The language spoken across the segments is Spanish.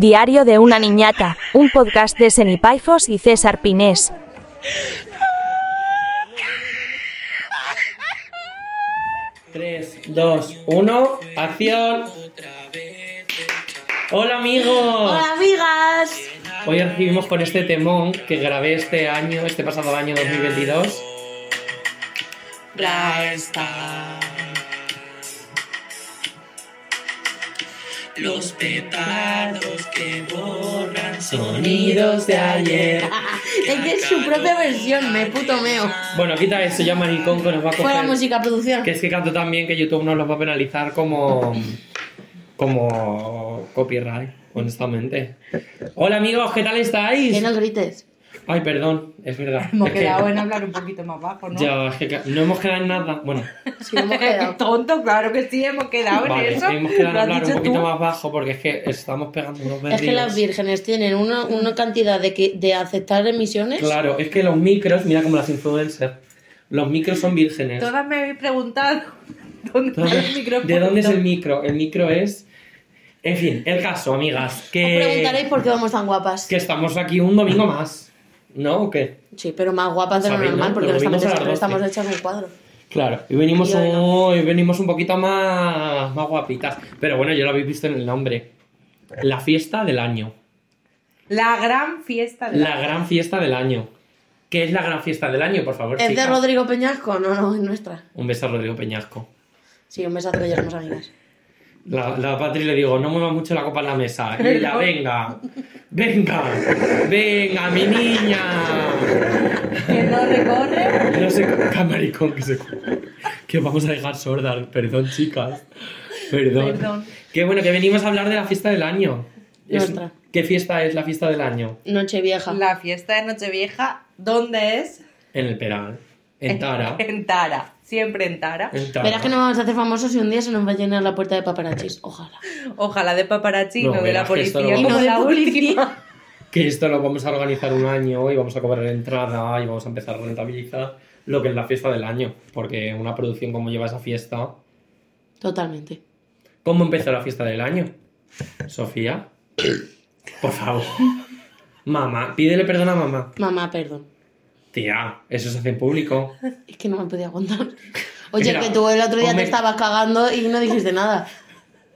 Diario de una niñata, un podcast de Senipaifos y César Pinés. Tres, dos, uno, acción. Hola amigos. Hola amigas. Hoy recibimos con este temón que grabé este año, este pasado año 2022. Ya está. Los petardos que borran Sonidos de ayer. Es que es su propia versión, me puto meo. Bueno, quita eso ya maricón que nos va a Fue la coger. música producción. Que es que canto también que YouTube nos los va a penalizar como como copyright, honestamente. Hola amigos, ¿qué tal estáis? Que no grites. Ay, perdón, es verdad. Hemos Es que- quedado en hablar un poquito más bajo, ¿no? Ya, es que ca- no hemos quedado en nada. Bueno, Si hemos quedado. Tonto, claro que sí, hemos quedado vale, en eso. hemos quedado en Lo has hablar un dicho poquito tú. más bajo porque es que estamos pegando unos Es berridos. que las vírgenes tienen una, una cantidad de, que- de aceptar emisiones. Claro, es que los micros, mira como las influencers, los micros son vírgenes. Todas me habéis preguntado dónde está el micrófono. ¿De dónde es el micro? El micro es... En fin, el caso, amigas, Os preguntaréis que, por qué vamos tan guapas. que estamos aquí un domingo más, ¿no? ¿O qué? Sí, pero más guapas de lo Sabéis, ¿no? normal, porque Pero no estamos, venimos a las hechas- estamos 12. hechas un cuadro. Claro, y venimos, Y hoy un, no. hoy venimos un poquito más, más guapitas. Pero bueno, ya lo habéis visto en el nombre. La fiesta del año. La gran fiesta de La gran fiesta del año. ¿Qué es la gran fiesta del año, por favor? ¿Es de chicas? Rodrigo Peñasco? No, no, es nuestra. Un beso a Rodrigo Peñasco. Sí, un besazo, ya somos amigas. La, la Patri le digo, no mueva mucho la copa en la mesa. Y la, venga, venga, venga, mi niña. Que no recorre. No sé, camaricón, que se... Que vamos a dejar sordas, perdón, chicas. Perdón. Perdón. Qué bueno, que venimos a hablar de la fiesta del año. Es- Nuestra. ¿Qué fiesta es la fiesta del año? Nochevieja. La fiesta de Nochevieja, ¿dónde es? En el Peral. En Tara. En Tara. Siempre en Tara. En Tara. Verás que no vamos a hacer famosos y un día se nos va a llenar la puerta de paparachis. Ojalá. Ojalá de paparazzi, No, no, de la verás que esto policía, no como vamos- la No de última. que esto lo vamos a organizar un año y vamos a cobrar entrada y vamos a empezar a rentabilizar lo que es la fiesta del año. Porque una producción como lleva esa fiesta. Totalmente. ¿Cómo empezó la fiesta del año? Sofía, por favor. Mamá, pídele perdón a mamá. Mamá, perdón. Tía, eso se hace en público. Es que no me podía aguantar. Oye, Mira, que tú el otro día hombre. te estabas cagando y no dijiste nada.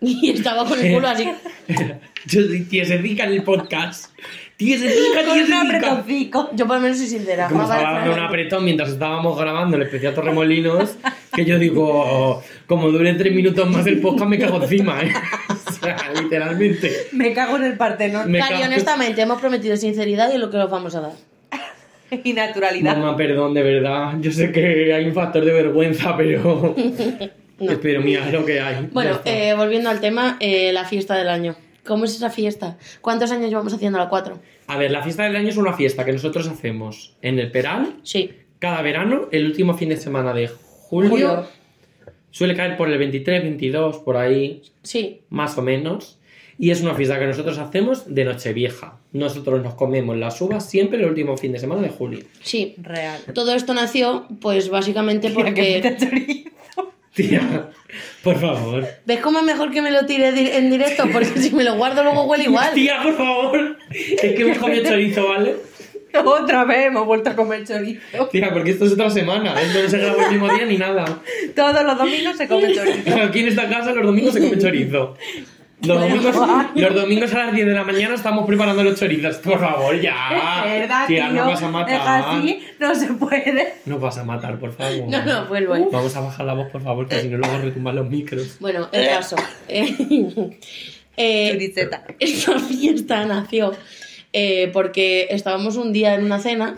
Y estaba con el culo así. Yo soy tía Sedica en el podcast. Tía Sedica, Con tía un Sedica. apretoncico. Yo por lo menos soy sincera. Como Mamá, estaba dando un apretón mientras estábamos grabando el especial Torremolinos, que yo digo, "Oh, como dure tres minutos más el podcast, me cago encima, ¿eh? O sea, literalmente. Me cago en el Partenón. Me Cari, cago- honestamente, hemos prometido sinceridad y lo que os vamos a dar. Y naturalidad. Mamá, perdón, de verdad. Yo sé que hay un factor de vergüenza, pero. Pero mira, es lo que hay. Ya Bueno, está. eh, volviendo al tema, eh, la fiesta del año. ¿Cómo es esa fiesta? ¿Cuántos años llevamos haciendo la cuatro? A ver, la fiesta del año es una fiesta que nosotros hacemos en el Peral Sí. cada verano, el último fin de semana de julio. Julio. Suele caer por el 23, 22, por ahí, Sí. más o menos. Y es una fiesta que nosotros hacemos de Nochevieja. Nosotros nos comemos las uvas siempre el último fin de semana de julio. Sí. Real. Todo esto nació, pues básicamente Mira que porque. pita chorizo. Tía, por favor. ¿Ves cómo es mejor que me lo tire di- en directo? Porque si me lo guardo luego huele igual. Tía, por favor. Es que me he comido chorizo, ¿vale? Otra vez hemos vuelto a comer chorizo. Tía, porque esto es otra semana. Esto no se graba el mismo día ni nada. Todos los domingos se come chorizo. Aquí en esta casa los domingos se come chorizo. Los domingos, los domingos a las 10 de la mañana estamos preparando los chorizos. Por favor, ya. Es verdad, Ah, Tía, tío. nos vas a Es matar. así, no se puede. Nos vas a matar, por favor. No, no, vuelvo ahí. Vamos a bajar la voz, por favor, que si no luego retumban los micros. Bueno, el caso. Eh, eh, Choriceta. esta fiesta nació eh, porque estábamos un día en una cena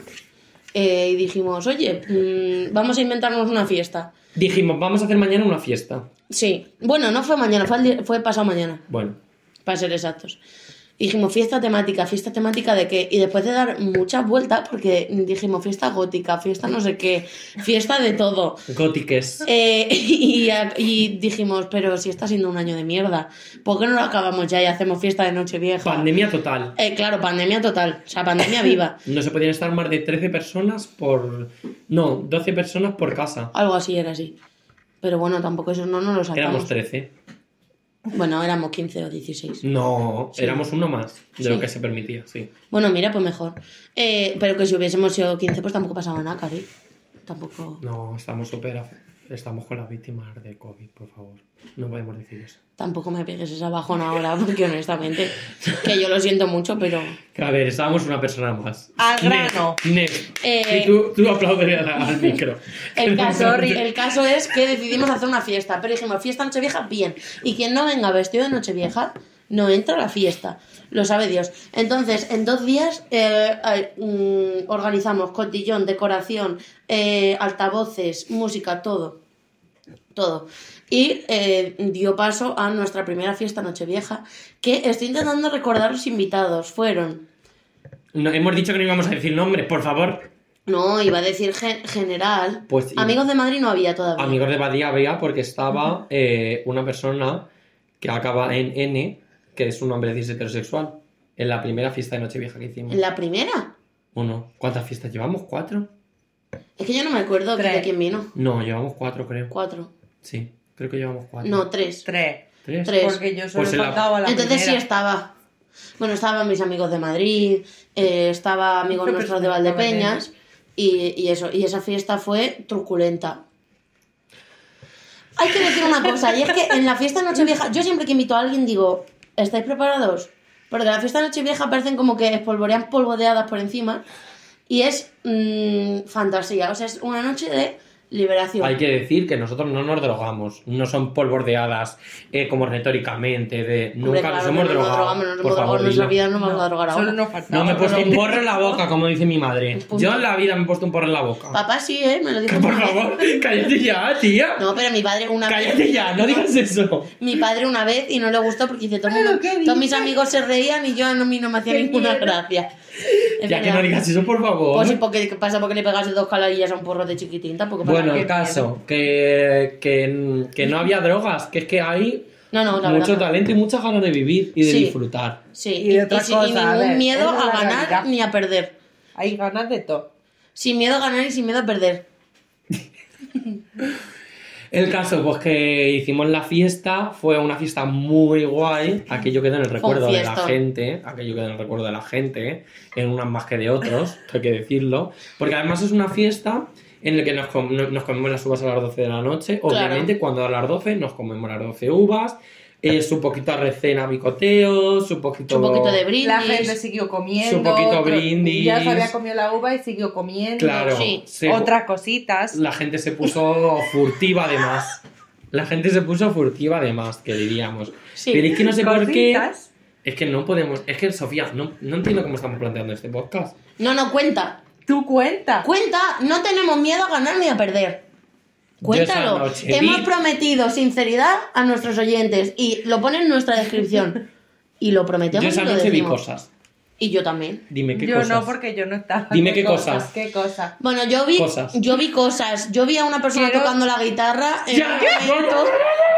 eh, y dijimos, oye, mm, vamos a inventarnos una fiesta. Dijimos, vamos a hacer mañana una fiesta. Sí. Bueno, no fue mañana, fue, el día- fue pasado mañana. Bueno, para ser exactos. Dijimos fiesta temática, fiesta temática de qué. Y después de dar muchas vueltas, porque dijimos fiesta gótica, fiesta no sé qué, fiesta de todo. gótiques. Eh, y, y dijimos, pero si está siendo un año de mierda, ¿por qué no lo acabamos ya y hacemos fiesta de Nochevieja? Pandemia total. Eh, claro, pandemia total, o sea, pandemia viva. No se podían estar más de 13 personas por... No, 12 personas por casa. Algo así era así. Pero bueno, tampoco eso no nos lo sacamos. Éramos 13. Bueno, éramos 15 o 16. No, éramos uno más de lo Sí. que se permitía, sí. Bueno, mira, pues mejor. Eh, pero que si hubiésemos sido 15, pues tampoco pasaba nada, Cari. Tampoco, No, estamos súper. af- Estamos con las víctimas de COVID, por favor. No podemos decir eso. tampoco me pegues esa bajona ahora, porque honestamente, que yo lo siento mucho, pero. Que, A ver, estábamos una persona más. Al Next, grano. next. Eh, y tú, tú aplaudes al, al micro. El caso, Sorry. el caso es que decidimos hacer una fiesta, pero dijimos, fiesta nochevieja, bien. Y quien no venga vestido de nochevieja, no entra a la fiesta. Lo sabe Dios. Entonces, en dos días eh, eh, mm, organizamos cotillón, decoración, eh, altavoces, música, todo. Todo. Y eh, dio paso a nuestra primera fiesta nochevieja, que estoy intentando recordar los invitados. Fueron... No, hemos dicho que no íbamos a decir nombres, por favor. No, iba a decir gen- general. Pues- Amigos de Madrid no había todavía. Amigos de Badía había porque estaba eh, una persona que acaba en N, que es un hombre cis heterosexual, en la primera fiesta de Nochevieja que hicimos. ¿En la primera? Uno. ¿Cuántas fiestas llevamos? ¿Cuatro? Es que yo no me acuerdo Tres. de quién vino. No, llevamos cuatro, creo. Cuatro. Sí, creo que llevamos cuatro. No, tres. Tres. ¿Tres? tres. Porque yo solo Pues en la- faltaba la Entonces sí primera. estaba. Bueno, estaban mis amigos de Madrid, eh, estaba amigos Pero nuestros de personas de Valdepeñas y, y eso. Y esa fiesta fue truculenta. Hay que decir una cosa, y es que en la fiesta de Nochevieja, yo siempre que invito a alguien digo, ¿estáis preparados? Porque en la fiesta de Nochevieja parecen como que espolvorean polvodeadas por encima y es mm, fantasía, o sea, es una noche de liberación. Hay que decir que nosotros no nos drogamos, no son polvordeadas eh, como retóricamente de Hombre, nunca claro nos que hemos no nos drogado. drogamos, no nos por hemos drogado favor, en nuestra dilo. vida, no nos vamos a drogar Solo ahora. nos faltaba. No me he puesto un porro en la boca, como dice mi madre. Punto. Yo en la vida me he puesto un porro en la boca. Papá sí, ¿eh? Me lo dijo. Por favor, cállate ya, tía. No, pero mi padre una cállate vez... ya, no digas eso. Mi padre una vez y no le gustó porque dice, todo el Claro, mundo- ¿qué dices? todos mis amigos se reían y yo a mí no me hacía Qué ninguna miedo. gracia. Es Ya que verdad. no digas eso, por favor. Pues sí, porque ¿qué pasa porque le pegase dos caladillas a un porro de chiquitín, tampoco pasa bueno, nada. el caso, que, que, que no había drogas, que es que hay No, no, la mucho verdad. talento y muchas ganas de vivir y de Sí. disfrutar. Sí, Y de otra sin- y cosa, a ningún ver, miedo esa es a la ganar realidad. ni a perder. Hay ganas de todo. Sin miedo a ganar y sin miedo a perder. El caso, pues que hicimos la fiesta, fue una fiesta muy guay. Aquello queda en el recuerdo de la fiestón. gente, aquello queda en el recuerdo de la gente, en unas más que de otros, hay que decirlo. Porque además es una fiesta en la que nos, com- nos comemos las uvas a las 12 de la noche. Claro. Obviamente, cuando a las 12 nos comemos las 12 uvas, eh, su poquito recena, bicoteo, su poquito. Un poquito de brindis. La gente siguió comiendo. Su poquito otro- brindis. Ya se había comido la uva y siguió comiendo. Claro, Sí. se- Otras cositas. la gente se puso furtiva además. La gente se puso furtiva además, que diríamos. Sí. Pero es que no sé por qué. Cositas. Es que no podemos. Es que, Sofía, no, no entiendo cómo estamos planteando este podcast. No, no, cuenta. Tú cuenta. Cuenta, no tenemos miedo a ganar ni a perder. Yo esa Cuéntalo. noche Hemos vi- prometido sinceridad a nuestros oyentes y lo pone en nuestra descripción. Y lo prometemos. Yo esa y lo noche vi decimos. cosas. Y yo también. Dime qué yo cosas. no, porque yo no estaba. Dime qué cosas. ¿Qué cosas? Bueno, yo vi Cosas. yo vi cosas. Yo vi a una persona Quiero- tocando la guitarra en, Ya, un ¿qué? momento,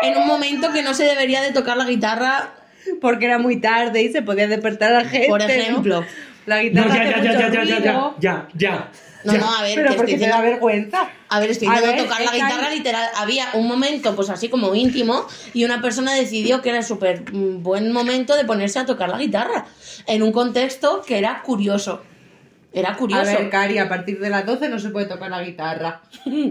en un momento que no se debería de tocar la guitarra, Porque era muy tarde y se podía despertar la gente. por ¿no? ejemplo. La No, ya, guitarra ya, hace ya, mucho ya, ya, ya, ya, ruido. ya, ya. No, ya. no, a Pero ver, que estoy porque te da diciendo- vergüenza. A ver, estoy A intentando ver, tocar la es que guitarra hay- literal. Había un momento, pues así como íntimo, y una persona decidió que era súper mm, buen momento de ponerse a tocar la guitarra. En un contexto que era curioso. Era A curioso. ver, Cari, a partir de las 12 no se puede tocar la guitarra.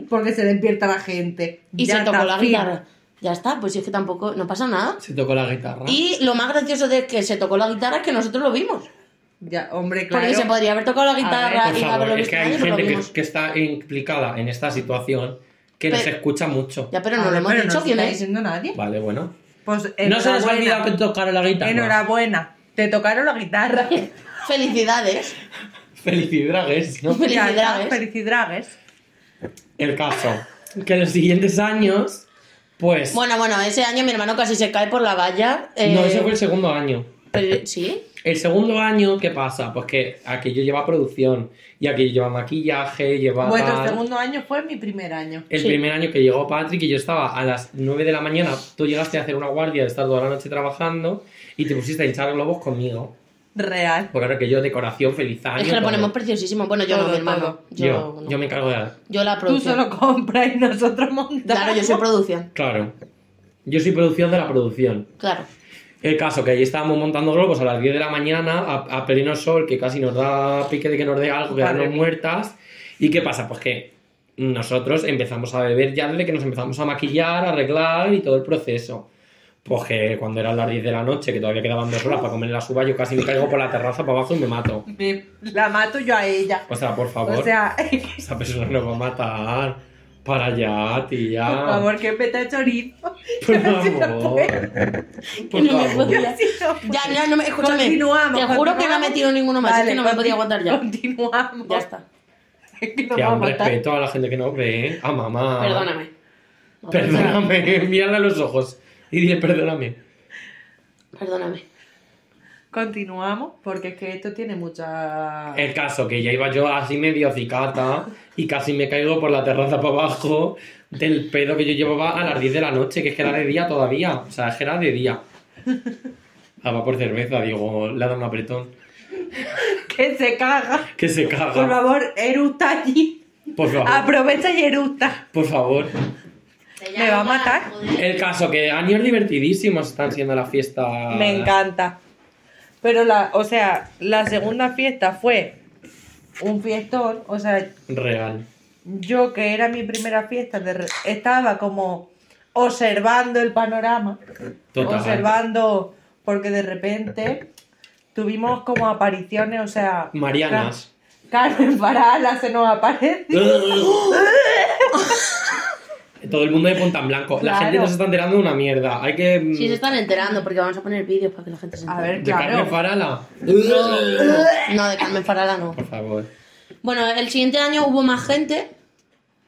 Porque se despierta la gente. y Ya se tocó está, la fin. guitarra. Ya está, pues si es que tampoco, no pasa nada. Se tocó la guitarra. Y lo más gracioso de que se tocó la guitarra es que nosotros lo vimos. Ya, hombre, claro. Porque se podría haber tocado la guitarra Por y no haberlo favor, es visto que hay nadie, pero lo gente que, vimos. que está implicada en esta situación que nos Pero- escucha mucho. Ya, pero A no lo ver, hemos pero dicho no se quién está es. diciendo nadie. Vale, bueno. Pues No se nos ha enhorabuena. olvidado que tocaron la guitarra. Enhorabuena. Te tocaron la guitarra. Felicidades. Felicidades, ¿no? Felicidades. Ya está, Felicidades. El caso. Que en los siguientes años, pues. Bueno, bueno, ese año mi hermano casi se cae por la valla. eh, No, ese fue el segundo año. Pero- sí, El segundo año, ¿qué pasa? Pues que aquello lleva producción y aquello lleva maquillaje, lleva... Bueno, el segundo año fue mi primer año. El Sí. primer año que llegó Patrick y yo estaba a las 9 de la mañana, tú llegaste a hacer una guardia de estar toda la noche trabajando y te pusiste a hinchar globos conmigo. Real. Porque ahora que yo decoración, feliz año... es que lo todo. ponemos preciosísimo. Bueno, yo no, Todo, mi hermano. todo. Yo, Yo, no. yo me encargo de... Yo la Tú producción. solo compras y nosotros montamos. Claro, yo soy producción. Claro. Yo soy producción de la producción. Claro. El caso que ahí estábamos montando globos a las 10 de la mañana a, a pleno sol, que casi nos da pique de que nos dé algo, quedarnos Vale. muertas. ¿Y qué pasa? Pues que nosotros empezamos a beber ya desde que nos empezamos a maquillar, a arreglar y todo el proceso. Pues que cuando eran las 10 de la noche, que todavía quedaban dos horas para comer la suba, yo casi me caigo por la terraza para abajo y me mato. Me- la mato yo a ella. O sea, por favor, O sea, esa persona nos va a matar. Para allá, tía. por favor, que peta chorizo. Ah. Por Yo así favor. no puedo. Por No me favor. Yo así no puedo. Ya, no, no, me- escúchame. Continuamos, Te juro que no continuamos. me tiro ninguno más, Vale, es que no me conti- podía aguantar ya. Continuamos. Ya está. Es que no Que va a un matar. respeto a la gente que no ve. A mamá. Perdóname. Perdóname. Mírala a los ojos. Y dile perdóname. Perdóname. Continuamos, porque es que esto tiene mucha. El caso que ya iba yo así medio cicata y casi me caigo por la terraza para abajo del pedo que yo llevaba a las 10 de la noche, que es que era de día todavía. O sea, es que era de día. Ah, va por cerveza, digo, le ha dado un apretón. Que se caga. Que se Por caga. favor, eruta allí. Por favor. Aprovecha y eruta. Por favor. Me va a matar. El caso que años divertidísimos están siendo las fiestas. Me encanta. Pero la, o sea, la segunda fiesta fue un fiestón. O sea, Real. yo que era mi primera fiesta, de re- estaba como observando el panorama. Total. Observando, porque de repente tuvimos como apariciones, o sea. Marianas. Car- Carmen Farala se nos aparece. Todo el mundo de punta en blanco. La Claro. gente no se está enterando de una mierda. Hay que. mm, Sí, se están enterando porque vamos a poner vídeos para que la gente se A entere. ver, De Carmen claro. Farala. No, no, de Carmen Farala no. Por favor. Bueno, el siguiente año hubo más gente.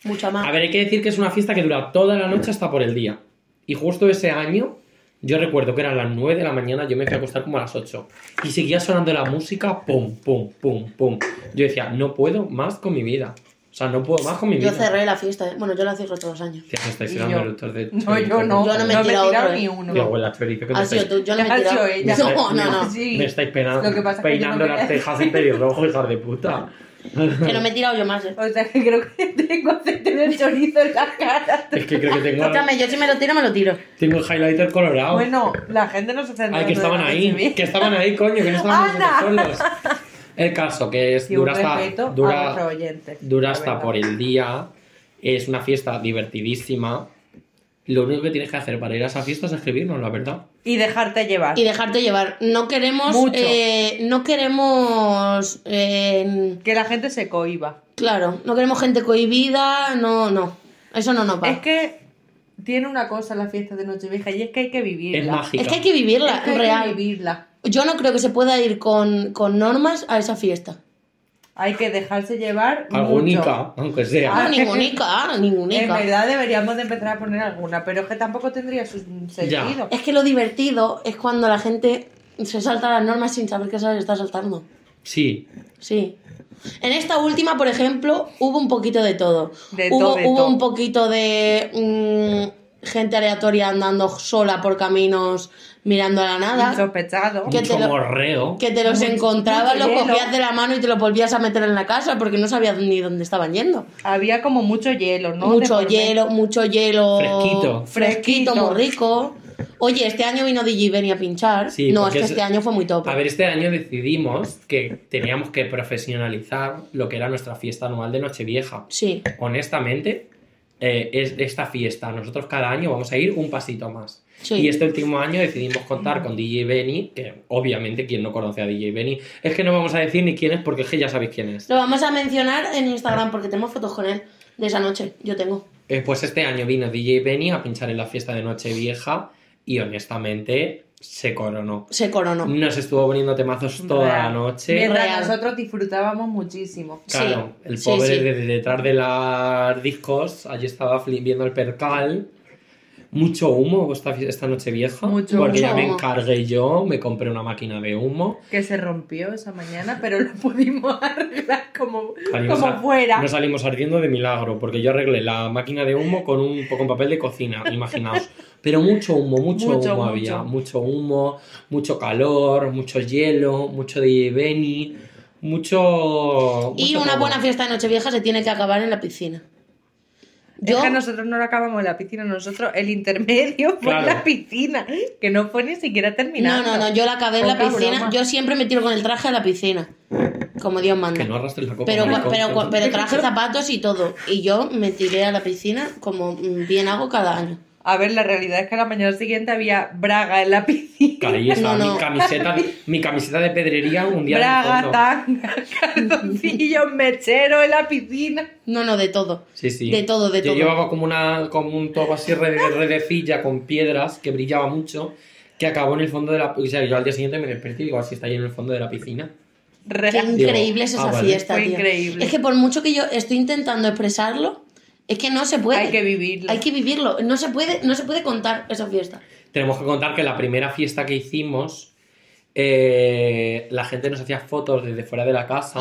Mucha más. A ver, hay que decir que es una fiesta que dura toda la noche hasta por el día. Y justo ese año, yo recuerdo que eran las 9 de la mañana, yo me fui a acostar como a las 8. Y seguía sonando la música, pum, pum, pum, pum. Yo decía, no puedo más con mi vida. O sea, no puedo más con mi vida. yo cerré la fiesta. ¿eh? Bueno, yo la cierro todos los años. Tía, me estáis Y tirando yo. el autor de No, yo no. Yo no me he he tirado tirado otro, ni eh. uno. Tía, abuela, chorizo, que me Ha sido estáis- Ah, tú, yo no me he Ha sido tirado. Ah, ella. No, no, no. Sí. Me estáis penando, Lo que pasa es que peinando yo no las quería- cejas en pelirrojo, hijas de puta. Que no me he tirado yo más. ¿eh? O sea, que creo que tengo aceite de chorizo en la cara. Es que creo que tengo, Escúchame, yo si me lo tiro, me lo tiro. tengo el highlighter colorado. Bueno, la gente no se centra. Ay, que estaban ahí, que estaban ahí, coño, que no estaban ¡Anda! nosotros solos. El caso que es Y un dura respeto hasta, a nuestros dura, oyentes. dura la hasta verdad. por el día, es una fiesta divertidísima. Lo único que tienes que hacer para ir a esa fiesta es escribirnos, la verdad. Y dejarte llevar. Y dejarte llevar. No queremos. Mucho. eh, no queremos. eh, Que la gente se cohiba. claro, no queremos gente cohibida. No, no. Eso no nos va. Es que tiene una cosa la fiesta de Nochevieja y es que hay que vivirla. Es mágica. Es que hay que vivirla, Es que hay que real. vivirla. Yo no creo que se pueda ir con, con normas a esa fiesta. Hay que dejarse llevar. mucho. Algunica, aunque sea. Ah, No, ningunica, En ningunica. verdad deberíamos de empezar a poner alguna, pero es que tampoco tendría su sentido. Es que lo divertido es cuando la gente se salta las normas sin saber que se las está saltando. Sí, Sí. En esta última, por ejemplo, hubo un poquito de todo. De hubo todo, de hubo todo. un poquito de mm, gente aleatoria andando sola por caminos mirando a la nada. Sospechado. Que mucho te lo- morreo. Que te los encontrabas, los hielo. cogías de la mano y te los volvías a meter en la casa porque no sabías ni dónde estaban yendo. Había como mucho hielo, ¿no? mucho De por medio. hielo, mucho hielo. Fresquito. Fresquito, Fresquito. muy rico. Oye, este año vino DJ Benny a pinchar. Sí, no, es porque que es- este año fue muy top. A ver, este año decidimos que teníamos que profesionalizar lo que era nuestra fiesta anual de Nochevieja. Sí, honestamente, eh, es esta fiesta. Nosotros cada año vamos a ir un pasito más. Sí. Y este último año decidimos contar con DJ Benny, que obviamente quien no conoce a DJ Benny, es que no vamos a decir ni quién es porque es que ya sabéis quién es. lo vamos a mencionar en Instagram porque tenemos fotos con él de esa noche. Yo tengo. Eh, pues este año vino DJ Benny a pinchar en la fiesta de Nochevieja y honestamente se coronó. Se coronó. Nos estuvo poniendo temazos toda la Real. noche. Mientras Real. nosotros disfrutábamos muchísimo. Sí. Claro, el Sí, pobre sí. desde detrás de los discos, allí estaba fli- viendo el percal. Mucho humo esta, fie- esta noche vieja. Mucho porque humo. ya me encargué yo, me compré una máquina de humo. Que se rompió esa mañana, pero lo pudimos arreglar como, Salimos como a- fuera. No salimos ardiendo de milagro, porque yo arreglé la máquina de humo con un poco papel de cocina, imaginaos. Pero mucho humo, mucho, Mucho, humo mucho. había. Mucho humo, mucho calor, mucho hielo, mucho de Beni, mucho. Y mucho una todo. buena fiesta de Nochevieja se tiene que acabar en la piscina. Es Yo- que nosotros no lo acabamos en la piscina, nosotros el intermedio fue Claro. la piscina, que no fue ni siquiera No, terminado. no, no, yo la acabé en la Poca piscina. broma. Yo siempre me tiro con el traje a la piscina. Como Dios manda. Que no arrastres la copa. Pero, maricón. pero, pero, traje zapatos y todo. Y yo me tiré a la piscina como mm, bien hago cada año. A ver, la realidad es que a la mañana siguiente había braga en la piscina. Claro, y esa, No, no. Mi, camiseta, mi camiseta de pedrería un día de Braga, fondo. tanga, calzoncillos, mechero en la piscina. No, no, de todo. Sí, sí. De todo, de Yo todo. llevaba como, una, como un topo así re- redecilla con piedras que brillaba mucho, que acabó en el fondo de la... O sea, yo al día siguiente me desperté y digo, así está ahí en el fondo de la piscina. Re- Qué increíble es ah, esa vale. fiesta, Fue tío. increíble. Es que por mucho que yo estoy intentando expresarlo, es que no se puede. Hay que vivirla. Hay que vivirlo. No se puede, no se puede contar esa fiesta. Tenemos que contar que la primera fiesta que hicimos, eh, la gente nos hacía fotos desde fuera de la casa,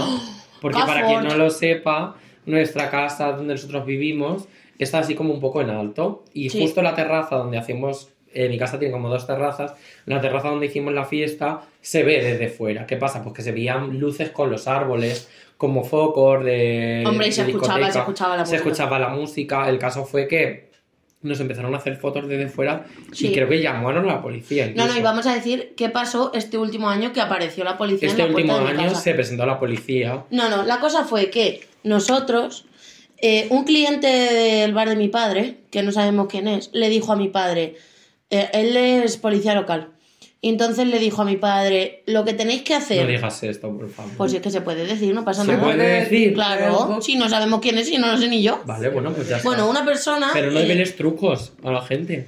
porque para Cafón. quien no lo sepa, nuestra casa donde nosotros vivimos está así como un poco en alto y Sí. justo la terraza donde hacemos... eh, mi casa tiene como dos terrazas. La terraza donde hicimos la fiesta se ve desde fuera. ¿Qué pasa? Pues que se veían luces con los árboles, como focos de. Hombre, y se de escuchaba, discoteca. se escuchaba la Se música. escuchaba la música. El caso fue que nos empezaron a hacer fotos desde fuera Sí. y creo que llamaron a la policía. No, no, incluso. y vamos a decir qué pasó este último año que apareció la policía Este en la último puerta de mi año casa. se presentó a la policía. No, no, la cosa fue que nosotros, eh, un cliente del bar de mi padre, que no sabemos quién es, le dijo a mi padre, eh, él es policía local, y entonces le dijo a mi padre, lo que tenéis que hacer, No digas esto, por favor. pues es que se puede decir, no pasa ¿Se nada. puede decir? Claro, si no sabemos quién es y no lo sé ni yo. Vale, bueno, pues ya está. Bueno, una persona... Pero no eh, debeles trucos a la gente.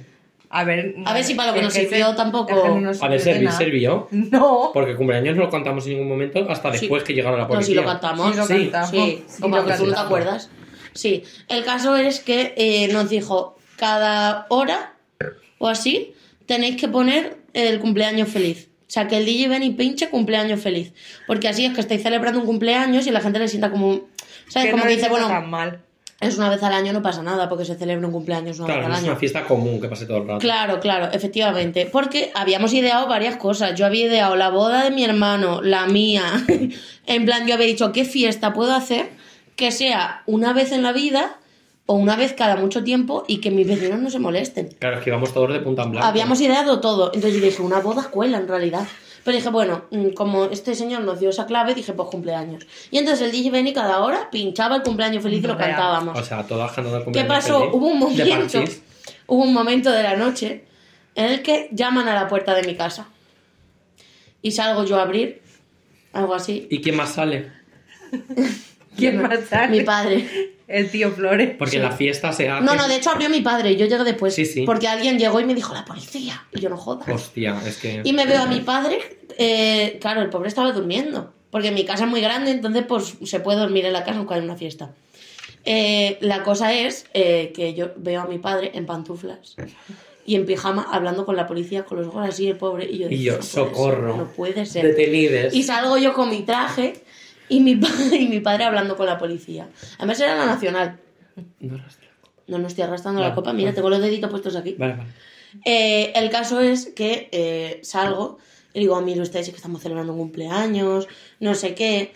A ver, A ver si para lo que es nos sirvió se- tampoco- es que no nos A ver, sirvió de servir, nada. sirvió. No. Porque el cumpleaños no lo contamos en ningún momento hasta Sí. después que llegaron a la no, si policía. lo cantamos. Sí, lo Sí. cantamos. Sí, Sí, como lo que tú no te cantamos. acuerdas. Sí, el caso es que eh, nos dijo, cada hora o así tenéis que poner el cumpleaños feliz. O sea, que el DJ ven y pinche cumpleaños feliz. Porque así es que estáis celebrando un cumpleaños y la gente le sienta como... ¿Sabes? Que no como que le dice, sienta bueno, tan mal. es una vez al año, no pasa nada porque se celebra un cumpleaños una Claro, vez no al es año. una fiesta común que pase todo el rato. Claro, claro, efectivamente. Porque habíamos ideado varias cosas. Yo había ideado la boda de mi hermano, la mía. en plan, yo había dicho, ¿qué fiesta puedo hacer que sea una vez en la vida o una vez cada mucho tiempo y que mis vecinos no se molesten? Claro, es que íbamos todos de punta en blanco. Habíamos ideado todo. Entonces yo dije, una boda escuela en realidad. Pero dije, bueno, mm, como este señor nos dio esa clave, dije, pues cumpleaños. Y entonces el DJ Benny cada hora pinchaba el cumpleaños feliz y lo Real. cantábamos. O sea, todas cantando el ¿Qué cumpleaños. pasó? feliz, Hubo de un momento, parchís. hubo un momento de la noche en el que llaman a la puerta de mi casa. Y salgo yo a abrir, algo así. ¿Y quién más sale? ¿Quién más sale? Mi padre. El tío Flores. Porque la fiesta se hace. No, no, de hecho abrió mi padre, yo llegué después. Ah, Sí, sí. Porque alguien llegó y me dijo, la policía. Y yo no jodas. Hostia, es que. Y me veo a mi padre, eh, claro, el pobre estaba durmiendo, porque mi casa es muy grande, entonces pues se puede dormir en la casa aunque hay una fiesta. Eh, la cosa es eh, que yo veo a mi padre en pantuflas y en pijama hablando con la policía con los ojos así, el pobre, y yo, Y yo, "No puede ser, socorro. no puede ser. Detenides. Y salgo yo con mi traje y mi, pa- y mi padre hablando con la policía. Además era la nacional. No arrastra. No, no estoy arrastrando la Vale, copa, mira, vale. tengo los deditos puestos aquí. Vale, vale. Eh, el caso es que eh, salgo y digo, "Ah, mire ustedes, es que estamos celebrando un cumpleaños, no sé qué.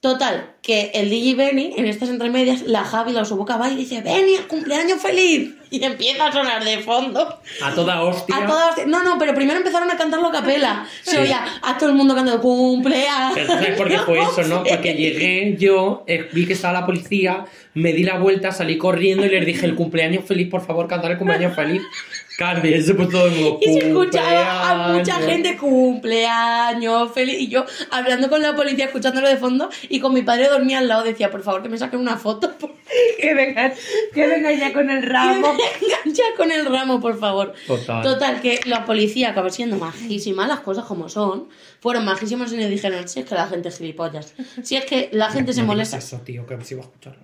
Total, que el DJ Benny, en estas entremedias, la Javi la su boca va y dice, Benny, el cumpleaños feliz. Y empieza a sonar de fondo. A toda hostia. A todas, no, no, pero primero empezaron a cantarlo a capela. Se Sí. oía a todo el mundo cantando cumpleaños. Pero tú ¿Sabes por qué fue eso, no? Porque llegué yo, eh, vi que estaba la policía, me di la vuelta, salí corriendo y les dije el cumpleaños feliz, por favor, cantar el cumpleaños feliz. Carmen, eso pues todo el mundo. Y se escuchaba a "Cumpleaños". mucha gente cumpleaños, feliz. Y yo hablando con la policía, escuchándolo de fondo, y con mi padre dormía al lado, decía, por favor, que me saquen una foto. por- Que venga, que venga ya con el ramo. Ya con el ramo, por favor. Total. Total, que la policía acabó siendo majísima, las cosas como son. Fueron majísimos y nos dijeron, si es que la gente es gilipollas. Si es que la gente se No molesta. digas Eso, tío, que se iba a escuchar.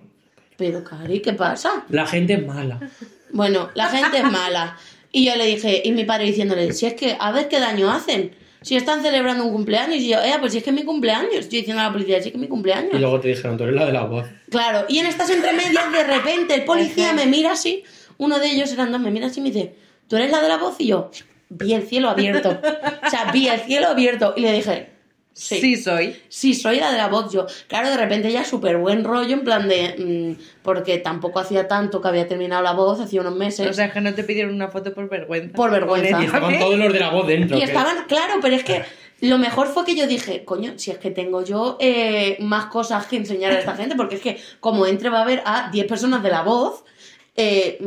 Pero, Cari, ¿qué pasa? La gente es mala. Bueno, la gente es mala. Y yo le dije, y mi padre diciéndole, si es que, a ver qué daño hacen. Si están celebrando un cumpleaños. Y yo, eh, pues si es que es mi cumpleaños. Yo diciendo a la policía, si es que es mi cumpleaños. Y luego te dijeron, tú eres la de la voz. Claro, y en estas entremedias de repente el policía me mira así, uno de ellos eran dos, me mira así y me dice, ¿tú eres la de la voz? Y yo, vi el cielo abierto. O sea, vi el cielo abierto. Y le dije, Sí. Sí soy. Sí, soy la de la voz yo. Claro, de repente ya súper buen rollo, en plan de. mm, porque tampoco hacía tanto que había terminado la voz, hacía unos meses. O sea, es que no te pidieron una foto por vergüenza. Por vergüenza. Y Con estaban ella, ¿eh? todos los de la voz dentro. y que- estaban, claro, pero es que lo mejor fue que yo dije, coño, si es que tengo yo eh, más cosas que enseñar a esta gente, porque es que como entre va a haber a 10 personas de la voz, eh,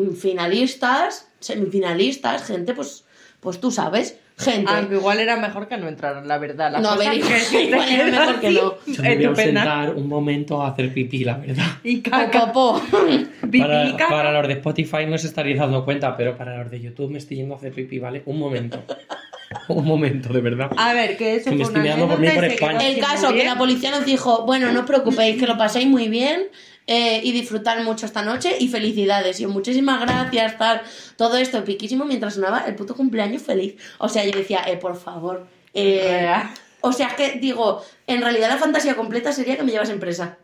finalistas, semifinalistas, gente, pues, pues tú sabes, gente. Aunque igual era mejor que no entraran, la verdad. La No, cosa a ver, que sí igual te era queda mejor que así, no. Yo me voy a Estupenda. ausentar un momento a hacer pipí, la verdad. Y O caca. popó. pipí, Para, caca. para los de Spotify no os estaréis dando cuenta, pero para los de YouTube me estoy yendo a hacer pipí, ¿vale? Un momento. Un momento, de verdad. A ver, que eso Que me fue estoy una mirando por mí, anécdota por y se quedó España. El así caso muy que bien. la policía nos dijo, bueno, no os preocupéis, que lo paséis muy bien eh, y disfrutar mucho esta noche y felicidades. Y yo, muchísimas gracias, tal. Todo esto piquísimo mientras sonaba el puto cumpleaños feliz. O sea, yo decía, eh, por favor. eh, o sea, es que digo, en realidad la fantasía completa sería que me llevasen presa.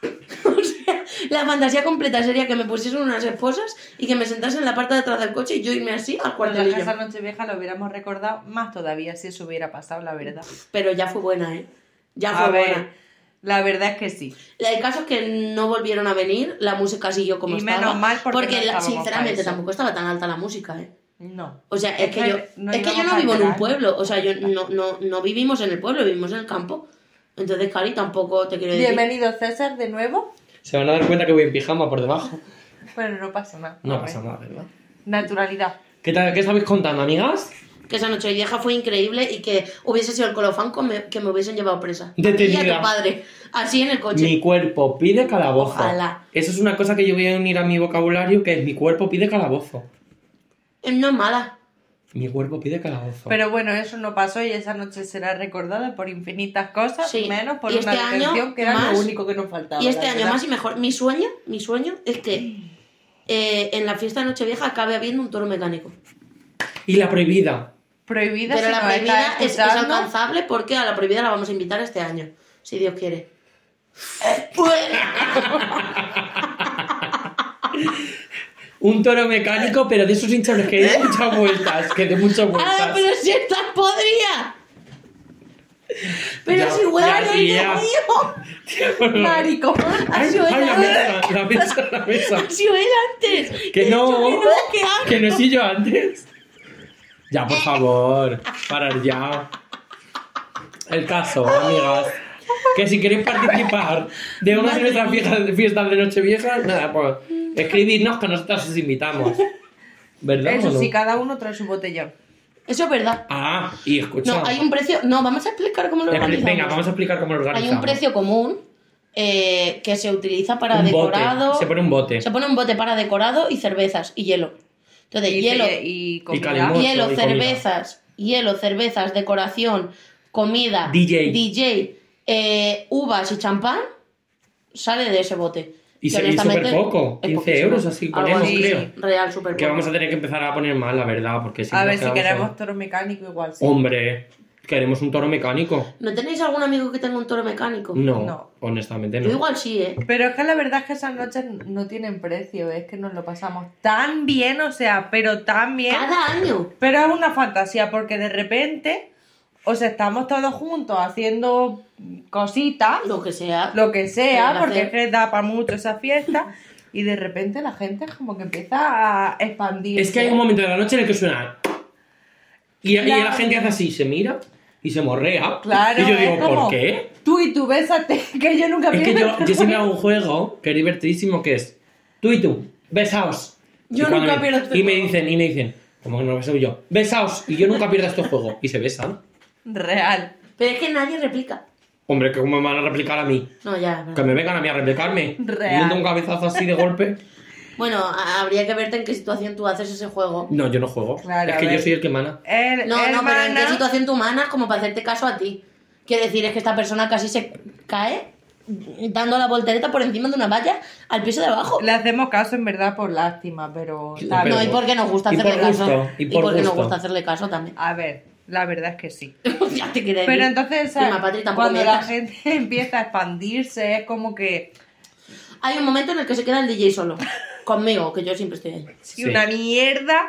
O sea, la fantasía completa sería que me pusiesen unas esposas y que me sentasen en la parte de atrás del coche y yo irme así al Cuando cuartelillo. esa noche vieja lo hubiéramos recordado más todavía si eso hubiera pasado, la verdad. Pero ya fue buena, ¿eh? Ya fue A ver, buena. la verdad es que sí. La- El caso es que no volvieron a venir, la música siguió como Y estaba. menos mal, porque no la- estábamos para sinceramente eso. tampoco estaba tan alta la música, ¿eh? No. O sea, es, Es que, que yo no es que yo íbamos no a vivo en un entrar. pueblo, o sea, yo no, no, no vivimos en el pueblo, vivimos en el campo. Entonces, Cari, tampoco te quiero decir. Bienvenido César de nuevo, Se van a dar cuenta que voy en pijama por debajo. pero no pasa nada. No A pasa ver. nada, ¿verdad? Naturalidad. ¿Qué, tal- qué estabais contando, amigas? Que esa noche vieja fue increíble y que hubiese sido el colofán con me- que me hubiesen llevado presa. A ti Y a Detenida. tu padre, así en el coche. Mi cuerpo pide calabozo. Ojalá. Eso es una cosa que yo voy a unir a mi vocabulario, que es mi cuerpo pide calabozo. Eh, No es mala. Mi cuerpo pide calabozo. Pero bueno, eso no pasó y esa noche será recordada por infinitas cosas, Sí. menos por Y una este año, detención que era más. lo único que nos faltaba. Y este la año verdad. más y mejor. Mi sueño, mi sueño es que eh, en la fiesta de Nochevieja acabe habiendo un toro mecánico. Y la prohibida. Prohibida, Pero si la nos está prohibida es, es escuchando, alcanzable porque a la prohibida la vamos a invitar este año, si Dios quiere. ¡Eh, Un toro mecánico, pero de esos hinchables que de muchas vueltas, que de muchas vueltas. ¡Ah, pero si estás podría! Pero Ya, si huele ya, a Dios tía. mío. Maricón, Ay, Así huele ay, la mesa, antes. la mesa, la mesa. Si huele antes. Que no, Yo, ¿qué hago? que no he sido yo antes. Ya, Eh. por favor, parar ya. El caso, amigas. Que si queréis participar de una de nuestras fiestas, fiestas de Nochevieja, nada, pues escribidnos que nosotras os invitamos. ¿Verdad? o Eso no? sí, cada uno trae su botellón. Eso es verdad. Ah, y escucha. No, hay un precio. No, vamos a explicar cómo lo Expli- organizamos. Venga, vamos a explicar cómo lo Hay organizamos. un precio común eh, que se utiliza para Un bote, decorado. Se pone un bote. Se pone un bote para decorado y cervezas y hielo. Entonces, Y, hielo, y comida. calimón. Ocho hielo, y comida. cervezas, hielo, cervezas, decoración, comida, DJ. DJ, eh, uvas y champán, sale de ese bote. Y Que se- y honestamente superpoco, es 15 poquísimo. euros, así Algo ponemos, así, creo. Real, súper Que vamos a tener que empezar a poner mal, la verdad, porque si A no nos ver, si quedamos queremos toro mecánico, igual sí. Hombre, queremos un toro mecánico. ¿No tenéis algún amigo que tenga un toro mecánico? No, No. honestamente Yo no. igual sí, ¿eh? Pero es que la verdad es que esas noches no tienen precio, es que nos lo pasamos tan bien, o sea, pero tan bien. Cada año. Pero es una fantasía, porque de repente, o sea, estamos todos juntos haciendo cositas, Lo que sea. lo que sea, Pero porque hacer- es que da para mucho esa fiesta, y de repente la gente como que empieza a expandir. Es que hay un momento de la noche en el que suena. Y, y Claro. la gente hace así, se mira y se morrea. Claro, y yo es digo, como, ¿por qué? Tú y tú, bésate, que yo nunca Es que pierdo. yo, yo siempre hago un juego que es divertidísimo, que es tú y tú, besaos. Yo Y cuando nunca me- pierdo este Y me juego. dicen, y me dicen, ¿cómo que no lo beso yo? Besaos, y yo nunca pierdo este juego. Y se besan. Real. Pero es que nadie replica. Hombre, que ¿cómo me van a replicar a mí? No, ya. es verdad. Que me vengan a mí a replicarme. Real. Y yo doy un cabezazo así de golpe. Bueno, a- habría que verte en qué situación tú haces ese juego. No, yo no juego. Claro, es que a ver. yo soy el que mana. El, No, no, pero en qué hermana- situación tú manas como para hacerte caso a ti. Quiero decir, es que esta persona casi se cae dando la voltereta por encima de una valla al piso de abajo. Le hacemos caso en verdad por lástima, pero Sí, también- No, y porque nos gusta Y por hacerle caso. gusto, y por porque nos gusto. gusta hacerle caso también. A ver, la verdad es que sí. ya te quería Pero decir. entonces, Prima, ¿sabes? Patri, tampoco cuando la mientas. gente empieza a expandirse, es como que Hay un momento en el que se queda el DJ solo. Conmigo, que yo siempre estoy ahí. sí, Sí. una mierda,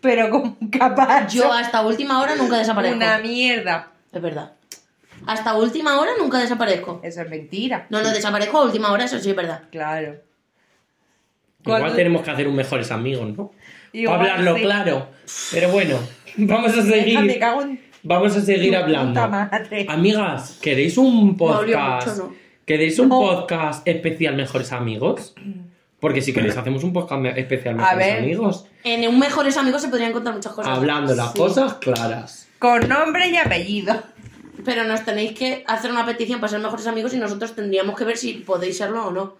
pero como capaz. Yo hasta última hora nunca desaparezco. una mierda. Es verdad. Hasta última hora nunca desaparezco. Eso es mentira. No, no, desaparezco a última hora, eso sí es verdad. Claro. Igual ¿Cuál- tenemos que hacer un mejores amigos, ¿no? Igual, Para hablarlo sí. claro. Pero bueno, vamos a Ah, me seguir. cago en Vamos a seguir tu hablando. puta madre. Amigas, ¿queréis un dolió podcast? mucho, ¿no? ¿Queréis un No. podcast especial Mejores Amigos? Porque si queréis hacemos un podcast me- especial A Mejores ver. Amigos. En un Mejores Amigos se podrían contar muchas cosas. Hablando las Sí. cosas claras. Con nombre y apellido. Pero nos tenéis que hacer una petición para ser mejores amigos y nosotros tendríamos que ver si podéis serlo o no.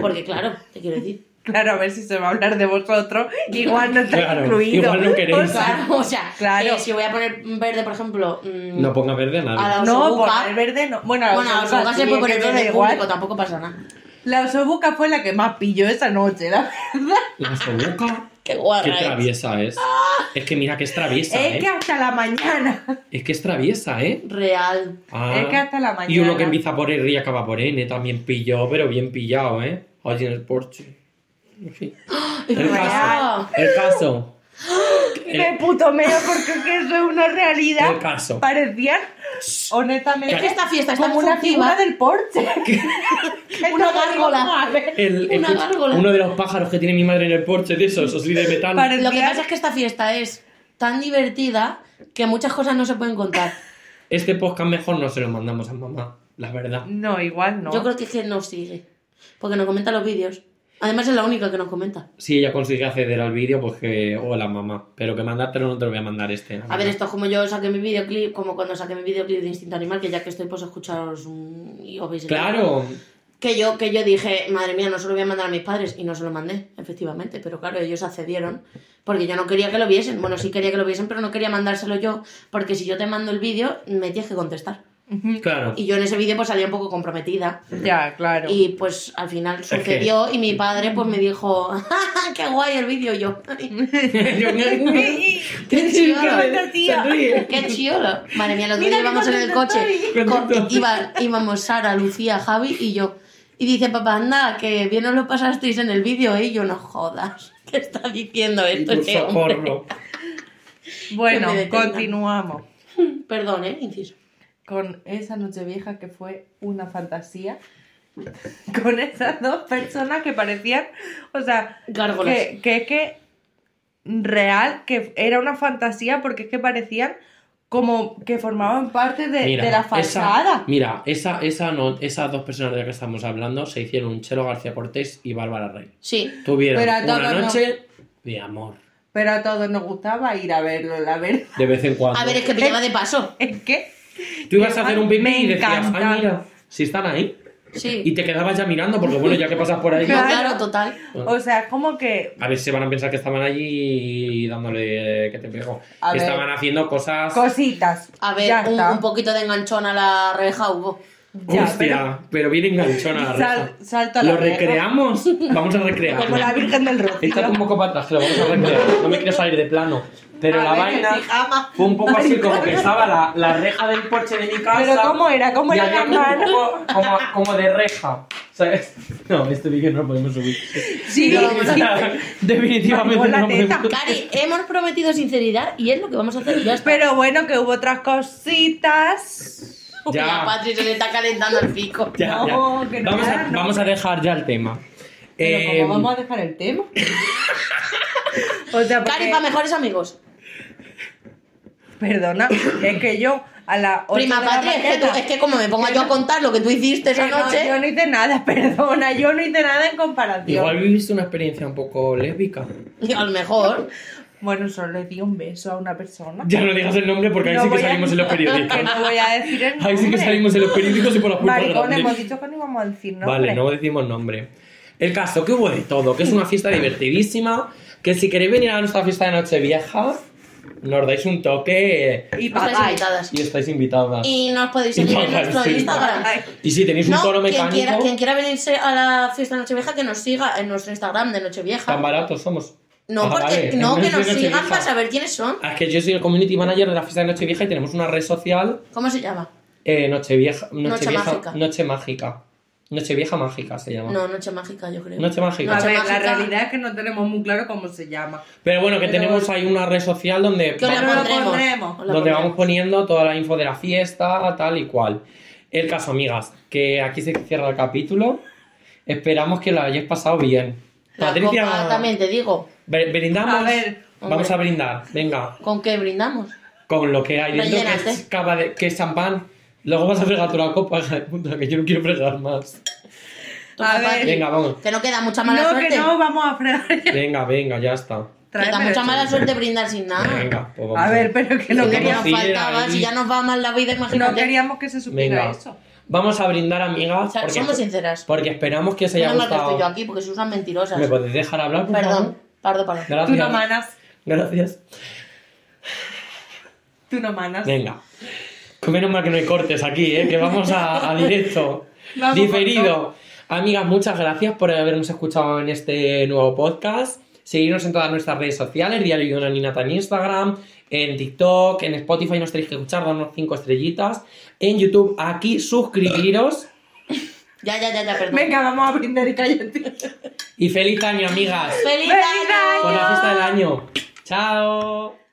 Porque claro, te quiero decir. Claro, a ver si se va a hablar de vosotros. Igual no está Claro, incluido. igual no queréis. O sea, Claro, o sea, Claro. eh, si voy a poner verde, por ejemplo, mm, No ponga verde a A nadie. la no, osobuca. por el verde no. Bueno, la bueno, a osobuca los se sí, puede que poner eso da verde igual. público, tampoco pasa nada. La osobuca fue la que más pilló esa noche, la verdad. La sobuca. Qué guarra Qué es. traviesa es. Es que mira que es traviesa, Es ¿eh? que hasta la mañana. Es que es traviesa, ¿eh? Real. Ah. Es que hasta la mañana. Y uno que empieza por R y acaba por N también pillado, pero bien pillado, ¿eh? Hoy en el Porsche. En fin. El caso. Real. El caso. Eh. Me puto meo porque es que eso es una realidad. El caso. Parecían, honestamente. Es que esta fiesta es tan como una furtiva. figura del porche. Una gárgola. ¿eh? El- Una escucha, gárgola. uno de los pájaros que tiene mi madre en el Porsche, de esos, así de metal. Pare- Lo que Real. pasa es que esta fiesta es tan divertida que muchas cosas no se pueden contar. Este podcast mejor no se lo mandamos a mamá, la verdad. No, igual no. Yo creo que es que nos sigue. Porque nos comenta los vídeos. Además es la única que nos comenta. Si ella consigue acceder al vídeo, pues que. Hola, mamá. Pero que mandártelo no te lo voy a mandar este. la A ver, verdad. esto es como yo saqué mi videoclip, como cuando saqué mi videoclip de Instinto Animal, que ya que estoy, pues escucharos un... y os veis el- Claro. Que yo, que yo dije, madre mía, no se lo voy a mandar a mis padres, y no se lo mandé, efectivamente, pero claro, ellos accedieron, porque yo no quería que lo viesen, bueno, sí quería que lo viesen, pero no quería mandárselo yo, porque si yo te mando el vídeo, me tienes que contestar. Claro. Y yo en ese vídeo pues salía un poco comprometida, Ya, claro. y pues al final que- sucedió, y mi padre pues me dijo, qué guay el vídeo, y yo, "Ay, Qué chido. bonita tía. Se ríe. qué chiolo. Madre mía, los dos Mira qué íbamos en el contenta coche, estoy. con- Contento. iba- íbamos Sara, Lucía, Javi y yo. Y dice, papá, anda, que bien os lo pasasteis en el vídeo, ¿eh? Y yo, no jodas. ¿Qué está diciendo esto? Por este hombre?". socorro. Bueno, Que me detengan. continuamos. Perdón, ¿eh? Inciso. Con esa noche vieja que fue una fantasía. Con esas dos personas que parecían. O sea, Gárgolas. que, que es que real, que era una fantasía porque es que parecían como que formaban parte de, de la esa, fachada. mira, esa, esa no, esas dos personas de las que estamos hablando se hicieron un Chelo García Cortés y Bárbara Rey. Sí. Tuvieron Pero a una todos no. noche de amor. Pero a todos nos gustaba ir a verlo, la verdad. De vez en cuando. A ver, es que pillaba de paso. Es que. Tú ibas a hacer un pipí Me y decías, encanta. ah, mira, si están ahí. Y Sí. te quedabas ya mirando, porque bueno, ya que pasas por ahí. No, Claro. claro, total. O sea, es como que. A ver si van a pensar que estaban allí dándole eh, que te pego. A ver. Estaban haciendo cosas. Cositas. A Ya ver, un, está. un poquito de enganchón a la reja hubo. Ya, Hostia, pero- pero... bien enganchona la reja. Sal- salto a la Lo reja. recreamos. Vamos a recrearlo. Como la Virgen del Echad Rocío. un poco para atrás, que lo vamos a recrear. No me quiero salir de plano. Pero A la ver, vaina en pijama. fue un poco así como que estaba la, la reja del porche de mi casa. Pero ¿cómo era? ¿Cómo y era había la mano? Como, como, como de reja. ¿Sabes? No, este vídeo no lo podemos subir. Sí, sí. Definitivamente Manipula no lo podemos teta. subir. Cari, hemos prometido sinceridad y es lo que vamos a hacer. Ya está. Pero bueno, que hubo otras cositas. Ya. La Patri se le está calentando el pico. Ya, ya. No, que no, vamos, a, no. vamos a dejar ya el tema. Pero Em, como vamos a dejar el tema. o sea, porque- Cari, para mejores amigos. Perdona, es que yo a la ocho Prima de la Patri, es que, tú- mañana- es que como me ponga yo a contar lo que tú hiciste esa Que no, noche. yo no hice nada, perdona, yo no hice nada en comparación. igual viviste una experiencia un poco lésbica. Y a lo mejor. Bueno, solo le di un beso a una persona. Ya no digas el nombre porque ahí No sí que voy a- salimos en los periódicos. Que no voy a decir el nombre. Ahí sí que salimos en los periódicos y por las puertas Maricón, grandes. hemos dicho que no íbamos a decir nombre. Vale, no decimos nombre. El caso, que hubo de todo, que es una fiesta divertidísima, que si queréis venir a nuestra fiesta de Nochevieja, nos dais un toque eh, Y Estáis papá. invitadas. y estáis invitadas. Y, Pues Y nos podéis Y seguir en pagáis, nuestro sí. Instagram. si tenéis un No, toro quien mecánico, quiera, quien quiera venirse a la fiesta de Nochevieja, que nos siga en nuestro Instagram de Nochevieja. tan baratos somos. No, Ah, porque vale, no, en que nos Nochevieja. sigan para saber quiénes son. Ah, Es que yo soy el community manager de la fiesta de Nochevieja y tenemos una red social ¿Cómo se llama? eh, Nochevieja, Noche Nochevieja- Mágica. Noche Mágica. Nochevieja mágica se llama. No, Noche Mágica, yo creo. Noche mágica. A Noche ver, la mágica. realidad es que no tenemos muy claro cómo se llama. Pero bueno, que Pero- tenemos ahí una red social donde, Que os la Pero lo pondremos. pondremos. Os la donde pondremos. vamos poniendo toda la info de la fiesta, tal y cual. El caso, amigas, que aquí se cierra el capítulo. Esperamos que lo hayáis pasado bien. La Patricia, copa, también te digo, br- brindamos. A ver, Vamos hombre. a brindar, venga, ¿con qué brindamos? con lo que hay dentro, que Rellénate. es, cava de- que es champán. Luego vas a fregar tu la copa, hija de puta, que yo no quiero fregar más. Tú, A papá, ver. que- Venga, vamos. Que no queda mucha mala No, suerte. que no, vamos a fregar. Venga, venga, ya está. Que da Tráemelo mucha tú. mala suerte brindar sin nada. Venga, pues vamos. A ver, pero que no Si queríamos queríamos, nos ir faltaba, ahí. si ya nos va mal la vida, imagínate. no queríamos que se supiera Venga. eso. Vamos a brindar, amigas. O sea, porque- somos sinceras. Porque esperamos que os haya Menos mal que estoy yo gustado. aquí, porque se usan mentirosas. ¿Me podéis dejar hablar? por favor? Perdón, pardo, pardo. Tú Gracias. no manas. Gracias. Tú no manas. Venga. Que menos mal que no hay cortes aquí, ¿eh? que vamos a, a directo. Vamos Diferido. Amigas, muchas gracias por habernos escuchado en este nuevo podcast. Seguirnos en todas nuestras redes sociales, Diario de una Ninata en Instagram, en TikTok, en Spotify nos tenéis que escuchar, darnos 5 estrellitas. En YouTube, aquí suscribiros. Ya, ya, ya, ya, perdón. Venga, vamos a brindar y cállate. Y feliz año, amigas. ¡Feliz, ¡Feliz año! año! Con la fiesta del año. Chao.